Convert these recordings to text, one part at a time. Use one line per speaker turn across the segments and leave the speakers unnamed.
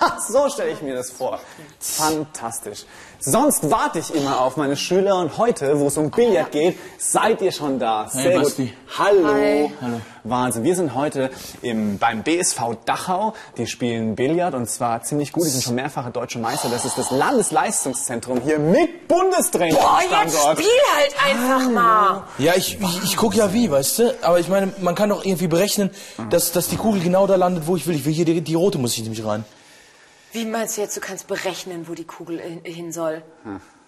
so stelle ich mir das vor. Fantastisch. Sonst warte ich immer auf meine Schüler und heute, wo es um Billard geht, seid ihr schon da. Sehr gut.
Basti.
Hallo.
Hi.
Hallo. Wahnsinn. Wir sind heute im, beim BSV Dachau. Die spielen Billard und zwar ziemlich gut. Die sind schon mehrfache deutsche Meister. Das ist das Landesleistungszentrum hier mit Bundestrainer.
Boah,
am
jetzt
Standort.
spiel halt einfach mal.
Ja, ich, ich, ich guck ja wie, weißt du? Aber ich meine, man kann doch irgendwie berechnen, dass, dass die Kugel genau da landet, wo ich will. Ich will hier die, die rote, muss ich nämlich rein.
Wie meinst du jetzt, du kannst berechnen, wo die Kugel hin, hin soll?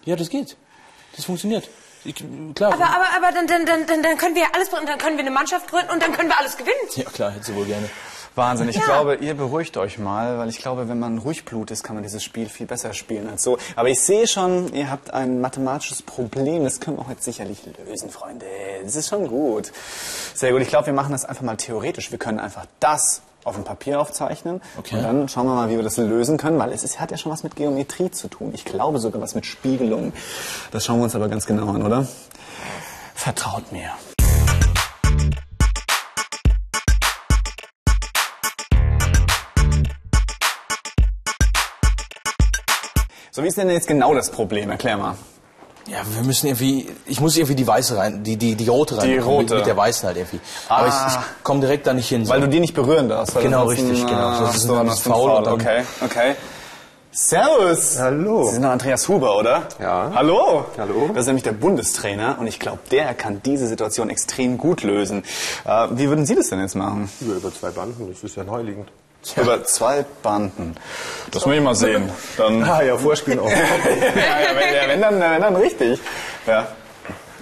Ja, das geht. Das funktioniert. Ich, klar.
Aber, aber, aber dann, dann, dann, dann, dann können wir ja alles gründen, dann können wir eine Mannschaft gründen und dann können wir alles gewinnen.
ja, klar, hätte sie wohl gerne.
Wahnsinn, ich
Ja.
glaube, ihr beruhigt euch mal, weil ich glaube, wenn man ruhig Blut ist, kann man dieses Spiel viel besser spielen als so. Aber ich sehe schon, ihr habt ein mathematisches Problem. Das können wir heute sicherlich lösen, Freunde. Das ist schon gut. Sehr gut, ich glaube, wir machen das einfach mal theoretisch. Wir können einfach das auf dem Papier aufzeichnen
Okay.
und dann schauen wir mal, wie wir das lösen können, weil es ist, hat ja schon was mit Geometrie zu tun. Ich glaube sogar was mit Spiegelung. Das schauen wir uns aber ganz genau an, oder? Vertraut mir. So, wie ist denn jetzt genau das Problem? Erklär mal.
Ja, wir müssen irgendwie, ich muss irgendwie die weiße rein, die, die, die rote rein. Mit,
rote.
mit der weißen halt irgendwie. Aber ich,
Ah.
ich komme direkt da nicht hin. So.
Weil du die nicht berühren darfst. Weil
Genau,
ansonsten,
richtig, genau.
äh,
Sonst
machst
sind
du
wir
dann
nicht
was
faul
faul.
und dann-
Okay, okay. Servus.
Hallo.
Sie sind doch Andreas Huber, oder?
Ja.
Hallo.
Hallo.
Das ist nämlich der Bundestrainer und ich glaube, der kann diese Situation extrem gut lösen. Äh, wie würden Sie das denn jetzt machen?
Über, über zwei Banden, das ist ja neuliegend.
Über zwei Banden. Das muss ich mal sehen. Dann
Ah ja, Vorspielen auch.
ja, ja, wenn, ja, wenn, dann, wenn dann richtig. Ja.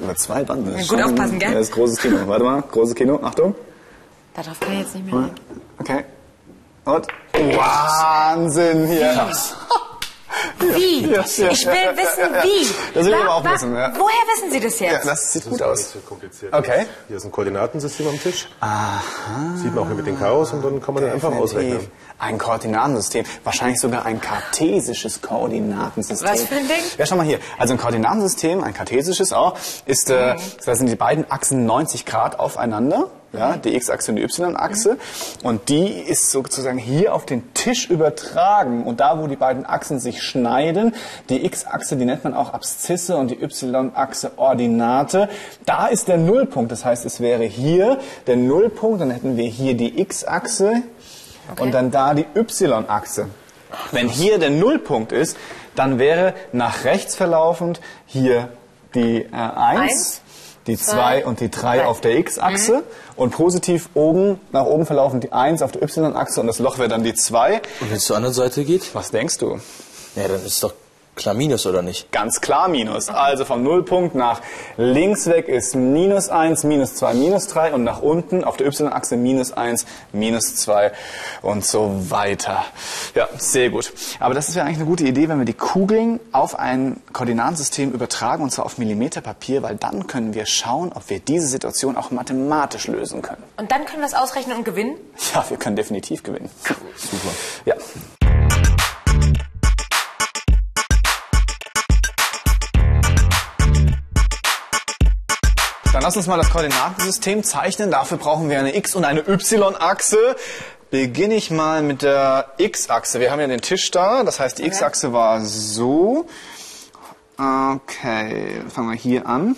Über zwei Banden. Das ist
Gut
schon-
aufpassen, gell?
Ja, Das ist großes Kino. Warte mal, großes Kino. Achtung.
Darauf kann ich jetzt nicht mehr
Hm?
rein.
Okay. Und? Wahnsinn hier.
Wie?
Ja, ja,
ich will
ja, ja,
wissen,
ja, ja.
wie.
Das will ich
Wa-
aber auch
wa-
wissen, ja.
Woher wissen Sie das
Ja,
jetzt?
das sieht
Das
gut
ist gar nicht
aus.
so kompliziert.
Okay.
Hier ist ein Koordinatensystem am Tisch. Sieht man auch hier mit den Chaos und dann kann man den einfach ausrechnen.
Ein Koordinatensystem, wahrscheinlich sogar ein kartesisches Koordinatensystem.
Was für ein Ding?
Ja, schau mal hier. Also ein Koordinatensystem, ein kartesisches auch, ist, äh, da sind die beiden Achsen 90 Grad aufeinander. Ja,
Mhm.
die X-Achse und die Y-Achse. Und die ist sozusagen hier auf den Tisch übertragen. Und da, wo die beiden Achsen sich schneiden, die X-Achse, die nennt man auch Abszisse und die Y-Achse Ordinate, da ist der Nullpunkt. Das heißt, es wäre hier der Nullpunkt, dann hätten wir hier die X-Achse und dann da die Y-Achse. Wenn hier der Nullpunkt ist, dann wäre nach rechts verlaufend hier die äh, 1,
Eins,
die 2 und die 3 auf der X-Achse und positiv oben nach oben verlaufend die 1 auf der Y-Achse und das Loch wäre dann die 2.
Und wenn es zur anderen Seite geht,
Was denkst du?
ja, dann ist doch klar Minus, oder nicht?
Ganz klar Minus. Also vom Nullpunkt nach links weg ist minus 1, minus 2, minus 3 und nach unten auf der Y-Achse minus 1, minus 2 und so weiter. Ja, sehr gut. Aber das ist ja eigentlich eine gute Idee, wenn wir die Kugeln auf ein Koordinatensystem übertragen und zwar auf Millimeterpapier, weil dann können wir schauen, ob wir diese Situation auch mathematisch lösen können.
Und dann können wir es ausrechnen und gewinnen?
Ja, wir können definitiv gewinnen. Super. Ja. Dann lass uns mal das Koordinatensystem zeichnen. Dafür brauchen wir eine X- und eine Y-Achse. Beginne ich mal mit der X-Achse. Wir haben ja den Tisch da. Das heißt, die X-Achse war so. Okay, fangen wir hier an.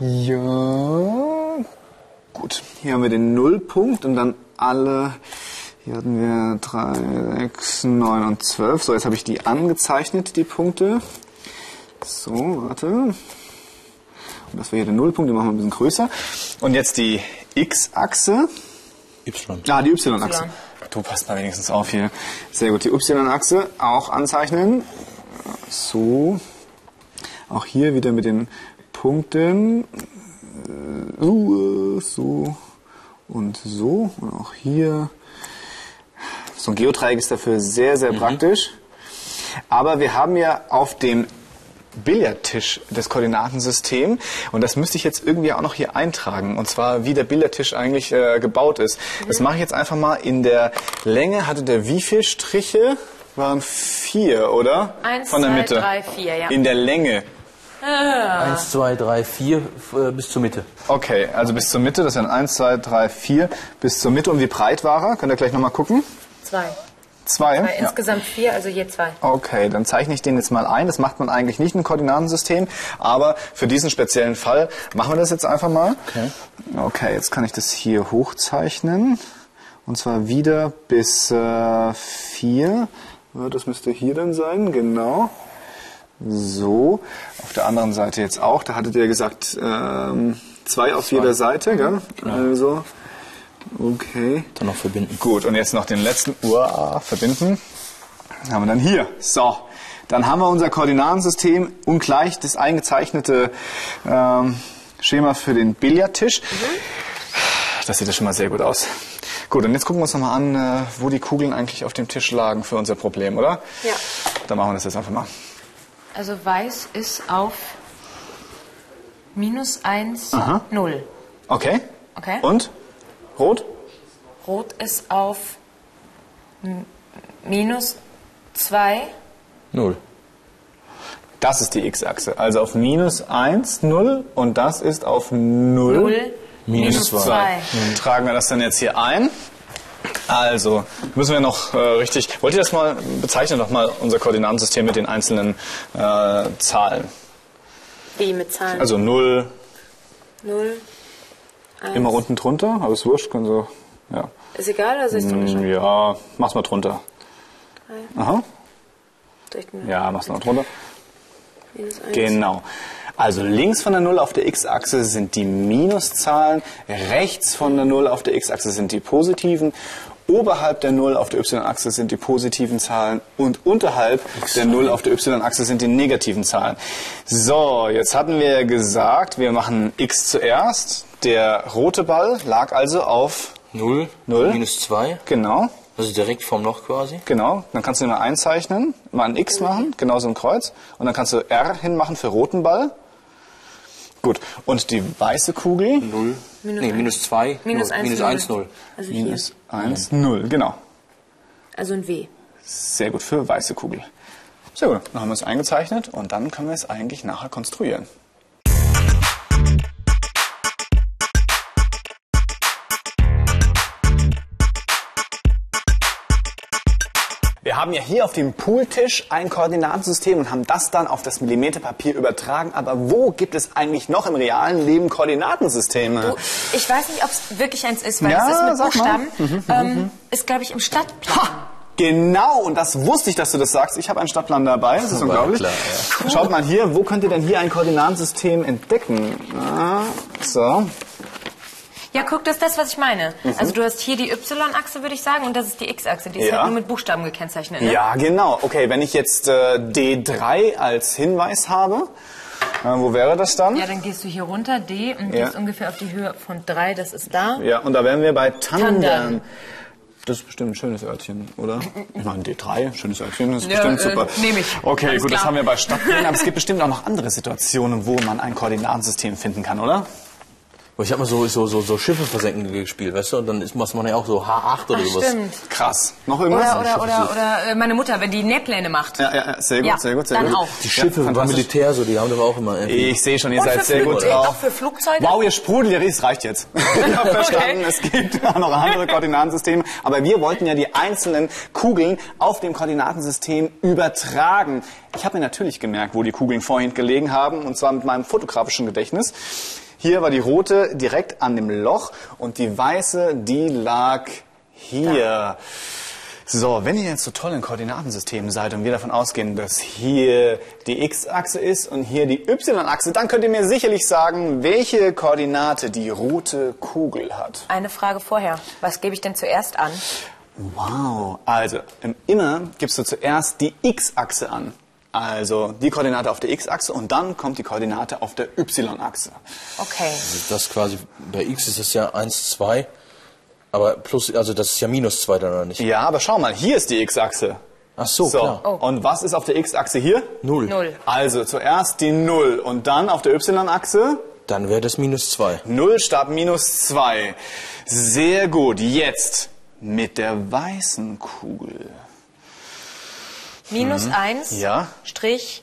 Ja, Gut, hier haben wir den Nullpunkt und dann alle, hier hatten wir 3, 6, 9 und 12. So, jetzt habe ich die angezeichnet, die Punkte. So, warte. Und das wäre hier der Nullpunkt, den machen wir ein bisschen größer. Und jetzt die X-Achse.
Y.
Ah, die Y-Achse. Du passt mal wenigstens auf hier. Sehr gut, die Y-Achse auch anzeichnen. So. Auch hier wieder mit den Punkten. Äh, So, äh, so und so. Und auch hier. So ein Geodreieck ist dafür sehr, sehr praktisch. Aber wir haben ja auf dem Billardtisch das Koordinatensystem und das müsste ich jetzt irgendwie auch noch hier eintragen und zwar wie der Billardtisch eigentlich äh, gebaut ist. Das mache ich jetzt einfach mal in der Länge. Hatte der wie viel Striche? Waren vier, oder?
Eins,
Von der
zwei,
Mitte.
drei, vier, ja.
In der Länge.
Eins, zwei, drei, vier f- äh, bis zur Mitte.
Okay, also bis zur Mitte, das sind eins, zwei, drei, vier bis zur Mitte. Und wie breit war er? Könnt ihr gleich nochmal gucken?
Zwei.
Zwei?
Bei insgesamt vier, also je zwei.
Okay, dann zeichne ich den jetzt mal ein. Das macht man eigentlich nicht im Koordinatensystem, aber für diesen speziellen Fall machen wir das jetzt einfach mal.
Okay.
Okay, jetzt kann ich das hier hochzeichnen. Und zwar wieder bis äh, 4. Das müsste hier dann sein, genau. So, auf der anderen Seite jetzt auch. Da hattet ihr gesagt, ähm, zwei auf jeder Seite, gell? Also, okay.
Genau. Dann noch verbinden.
Gut, und jetzt noch den letzten Uah, verbinden. Dann haben wir dann hier. So, dann haben wir unser Koordinatensystem und gleich das eingezeichnete ähm, Schema für den Billardtisch.
Mhm.
Das sieht ja schon mal sehr gut aus. Gut, und jetzt gucken wir uns nochmal an, äh, wo die Kugeln eigentlich auf dem Tisch lagen für unser Problem, oder?
Ja.
Dann machen wir das jetzt einfach mal.
Also weiß ist auf minus eins,
Aha.
null.
Okay.
Okay.
Und? Rot?
Rot ist auf m- minus zwei,
Null.
Das ist die X-Achse. Also auf minus 1, 0 und das ist auf 0.
null,
Minus zwei.
Hm. Tragen wir das dann jetzt hier ein. Also, müssen wir noch äh, richtig. Wollt ihr das mal bezeichnen, doch mal unser Koordinatensystem mit den einzelnen äh, Zahlen?
Wie mit Zahlen?
Also 0
Null.
immer unten drunter, aber ist wurscht, können so. Ja. Hm,
Ist egal, oder soll ich drunter schreiben?
ja, mach's mal drunter. Aha.
Soll ich drunter-
Ja, mach's mal drunter.
Minus eins.
Genau. Also links von der Null auf der x-Achse sind die Minuszahlen, rechts von der Null auf der x-Achse sind die positiven, oberhalb der Null auf der y-Achse sind die positiven Zahlen und unterhalb der Null auf der y-Achse sind die negativen Zahlen. So, jetzt hatten wir gesagt, wir machen x zuerst. Der rote Ball lag also auf
Null.
Null.
Minus zwei.
genau.
Also direkt vorm Loch quasi.
Genau, dann kannst du mal einzeichnen, mal ein X machen, genauso ein Kreuz. Und dann kannst du R hinmachen für roten Ball. Gut, und die weiße Kugel?
Null. Minus nee, minus zwei.
Minus
null.
eins,
Minus
null.
eins, null.
Also hier.
Minus 1, 0, genau.
Also ein W.
Sehr gut für weiße Kugel. Sehr gut, dann haben wir es eingezeichnet und dann können wir es eigentlich nachher konstruieren. Wir haben ja hier auf dem Pooltisch ein Koordinatensystem und haben das dann auf das Millimeterpapier übertragen. Aber wo gibt es eigentlich noch im realen Leben Koordinatensysteme?
Ich weiß nicht, ob es wirklich eins ist, weil
Ja,
es ist mit
sag mal. Mhm,
Buchstaben. ähm, ist, glaube ich, im Stadtplan.
Ha! Genau, und das wusste ich, dass du das sagst. Ich habe einen Stadtplan dabei, das ist unglaublich.
klar,
Schaut mal hier, wo könnt ihr denn hier ein Koordinatensystem entdecken? Ah, so.
Ja, guck, das ist das, was ich meine.
Mhm.
Also du hast hier die Y-Achse, würde ich sagen, und das ist die X-Achse. Die ist
Ja.
halt nur mit Buchstaben gekennzeichnet. Ne?
Ja, genau. Okay, wenn ich jetzt äh, D3 als Hinweis habe, äh, wo wäre das dann?
Ja, dann gehst du hier runter, D, und
Ja.
gehst ungefähr auf die Höhe von 3, das ist da.
Ja, und da wären wir bei Tandem.
Tandem.
Das ist bestimmt ein schönes Örtchen, oder? Ich meine, D3, schönes Örtchen, das ist
Ja,
bestimmt
äh,
super.
nehm ich.
Okay,
Alles
gut, das
klar.
haben wir bei Stadtplänen, aber es gibt bestimmt auch noch andere Situationen, wo man ein Koordinatensystem finden kann, oder?
Ich habe mal so, so, so, so Schiffe versenken gespielt, weißt du? Und dann ist, macht man ja auch so H8 oder sowas.
Stimmt.
Krass. Noch irgendwas?
Oder, oder, oder, oder äh, meine Mutter, wenn die Nähpläne macht.
Ja, ja, ja, sehr gut,
Ja,
sehr gut, sehr
dann
gut.
auch.
Die Schiffe ja, beim
fantastisch.
Militär, so, die haben doch auch immer. irgendwie-
Ich sehe schon, ihr
Und
seid
für
sehr gut
Flugzeuge-
drauf.
auch für Flugzeuge?
Wow, ihr sprudelt ja richtig, es reicht jetzt. Ich habe verstanden, es gibt auch noch andere Koordinatensysteme, aber wir wollten ja die einzelnen Kugeln auf dem Koordinatensystem übertragen. Ich habe mir natürlich gemerkt, wo die Kugeln vorhin gelegen haben, und zwar mit meinem fotografischen Gedächtnis. Hier war die rote direkt an dem Loch und die weiße, die lag hier. So, wenn ihr jetzt so toll in Koordinatensystemen seid und wir davon ausgehen, dass hier die x-Achse ist und hier die y-Achse, dann könnt ihr mir sicherlich sagen, welche Koordinate die rote Kugel hat.
Eine Frage vorher. Was gebe ich denn zuerst an?
Wow. Also, im Immer gibst du zuerst die x-Achse an. Also die Koordinate auf der x-Achse und dann kommt die Koordinate auf der y-Achse.
Okay.
Also das quasi, bei X ist es ja 1, 2, aber plus, also das ist ja minus 2 dann, oder nicht?
Ja, aber schau mal, hier ist die x-Achse.
Ach so,
So, Oh.
klar.
und was ist auf der x-Achse hier?
Null.
Null.
Also zuerst die 0 und dann auf der y-Achse
Dann wäre das minus 2.
0 Stab minus 2. Sehr gut. Jetzt mit der weißen Kugel.
Minus eins
Ja.
Strich,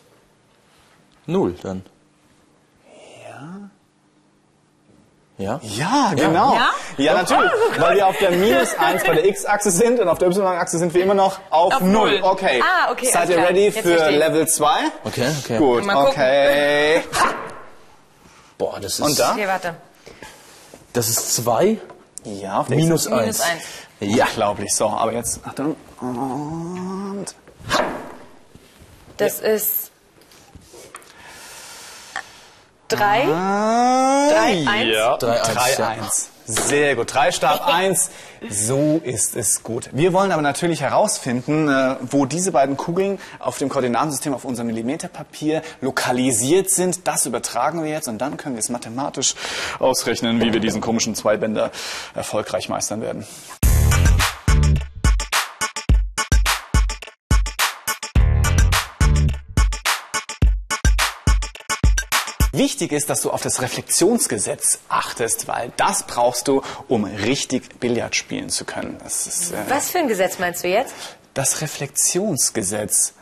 Null dann. Ja?
Ja, genau. Ja,
Ja?
natürlich. Weil wir auf der minus 1 bei der X-Achse sind und auf der Y-Achse sind wir immer noch auf,
Auf
null.
Null.
Okay.
Ah, okay,
Seid
alles
ihr
klar.
ready
Jetzt
für
verstehe ich.
Level 2?
Okay, okay.
Gut,
Mal gucken.
okay.
Boah, das ist.
Und da?
Hier, warte.
Das ist 2
Ja, auf der
minus
X-Achse.
1.
Minus eins.
Ja, glaublich. So, aber jetzt, Achtung. Und...
Das ist drei.
Ah.
Drei,
eins.
Ja.
Drei, eins,
3,
ja.
1. Sehr gut. 3 Stab 1. So ist es gut. Wir wollen aber natürlich herausfinden, äh, wo diese beiden Kugeln auf dem Koordinatensystem auf unserem Millimeterpapier lokalisiert sind. Das übertragen wir jetzt und dann können wir es mathematisch ausrechnen, wie wir diesen komischen Zweibänder erfolgreich meistern werden. Wichtig ist, dass du auf das Reflexionsgesetz achtest, weil das brauchst du, um richtig Billard spielen zu können. Das ist äh,
Was für ein Gesetz meinst du jetzt?
das Reflexionsgesetz.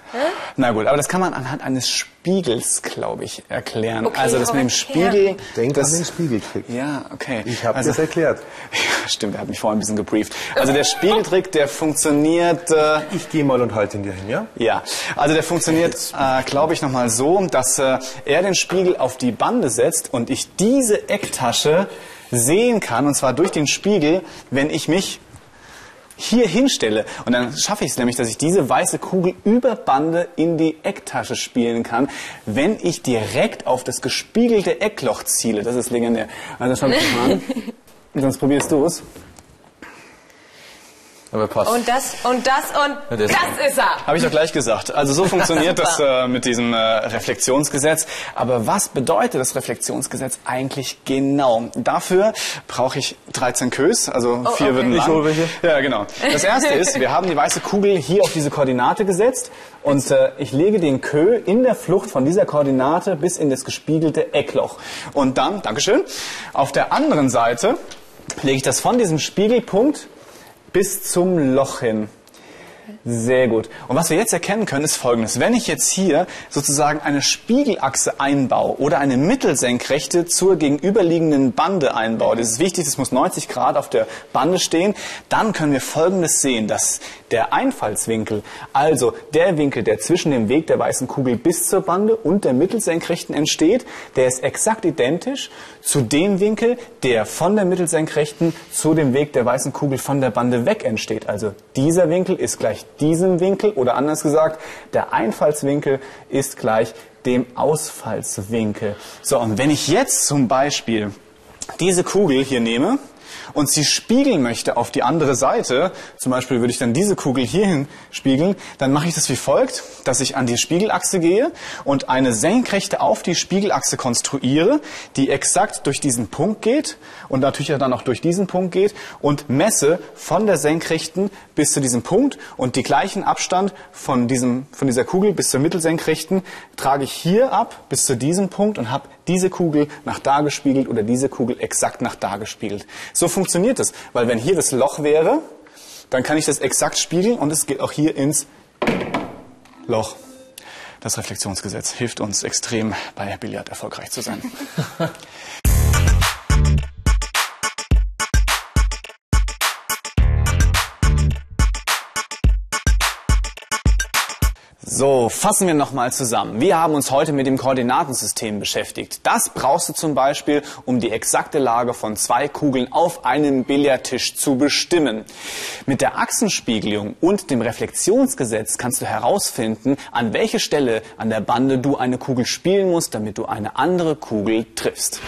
Na gut, aber das kann man anhand eines Spiegels, glaube ich, erklären.
Okay,
also das mit dem
Robert,
Spiegel.
Denk an
das,
den Spiegeltrick.
ja, okay.
Ich habe
also,
das erklärt.
Ja, stimmt, er hat mich vorhin ein bisschen gebrieft. Also der Spiegeltrick, der funktioniert. Äh,
Ich gehe mal und halte ihn dir hin, ja?
ja, also der funktioniert, äh, glaube ich, nochmal so, dass äh, er den Spiegel auf die Bande setzt und ich diese Ecktasche sehen kann, und zwar durch den Spiegel, wenn ich mich hier hinstelle. Und dann schaffe ich es nämlich, dass ich diese weiße Kugel über Bande in die Ecktasche spielen kann, wenn ich direkt auf das gespiegelte Eckloch ziele. Das ist legendär. Also schau dich mal an. Sonst probierst du es.
Aber passt.
Und das und das und
das-
das ist Ah, er.
Habe ich doch gleich gesagt. Also so funktioniert das
Super.
äh, mit diesem äh, Reflexionsgesetz. Aber was bedeutet das Reflexionsgesetz eigentlich genau? Dafür brauche ich 13 Kös, also vier
Oh, okay.
würden
Ich
lang.
hol welche.
Ja, genau. Das erste ist, wir haben die weiße Kugel hier auf diese Koordinate gesetzt und äh, ich lege den Kö in der Flucht von dieser Koordinate bis in das gespiegelte Eckloch. Und dann, Dankeschön, auf der anderen Seite lege ich das von diesem Spiegelpunkt bis zum Loch hin. Sehr gut. Und was wir jetzt erkennen können, ist Folgendes. Wenn ich jetzt hier sozusagen eine Spiegelachse einbaue oder eine Mittelsenkrechte zur gegenüberliegenden Bande einbaue, das ist wichtig, das muss 90 Grad auf der Bande stehen, dann können wir Folgendes sehen, dass der Einfallswinkel, also der Winkel, der zwischen dem Weg der weißen Kugel bis zur Bande und der Mittelsenkrechten entsteht, der ist exakt identisch zu dem Winkel, der von der Mittelsenkrechten zu dem Weg der weißen Kugel von der Bande weg entsteht. Also dieser Winkel ist gleich diesem Winkel oder anders gesagt, der Einfallswinkel ist gleich dem Ausfallswinkel. So, und wenn ich jetzt zum Beispiel diese Kugel hier nehme und sie spiegeln möchte auf die andere Seite, zum Beispiel würde ich dann diese Kugel hierhin spiegeln, dann mache ich das wie folgt, dass ich an die Spiegelachse gehe und eine Senkrechte auf die Spiegelachse konstruiere, die exakt durch diesen Punkt geht und natürlich auch dann auch durch diesen Punkt geht und messe von der Senkrechten bis zu diesem Punkt und die gleichen Abstand von, diesem, von dieser Kugel bis zur Mittelsenkrechten trage ich hier ab bis zu diesem Punkt und habe diese Kugel nach da gespiegelt oder diese Kugel exakt nach da gespiegelt. So funktioniert das, weil wenn hier das Loch wäre, dann kann ich das exakt spiegeln und es geht auch hier ins Loch. Das Reflexionsgesetz hilft uns extrem bei Billard erfolgreich zu sein. So, fassen wir nochmal zusammen. Wir haben uns heute mit dem Koordinatensystem beschäftigt. Das brauchst du zum Beispiel, um die exakte Lage von zwei Kugeln auf einem Billardtisch zu bestimmen. Mit der Achsenspiegelung und dem Reflexionsgesetz kannst du herausfinden, an welche Stelle an der Bande du eine Kugel spielen musst, damit du eine andere Kugel triffst.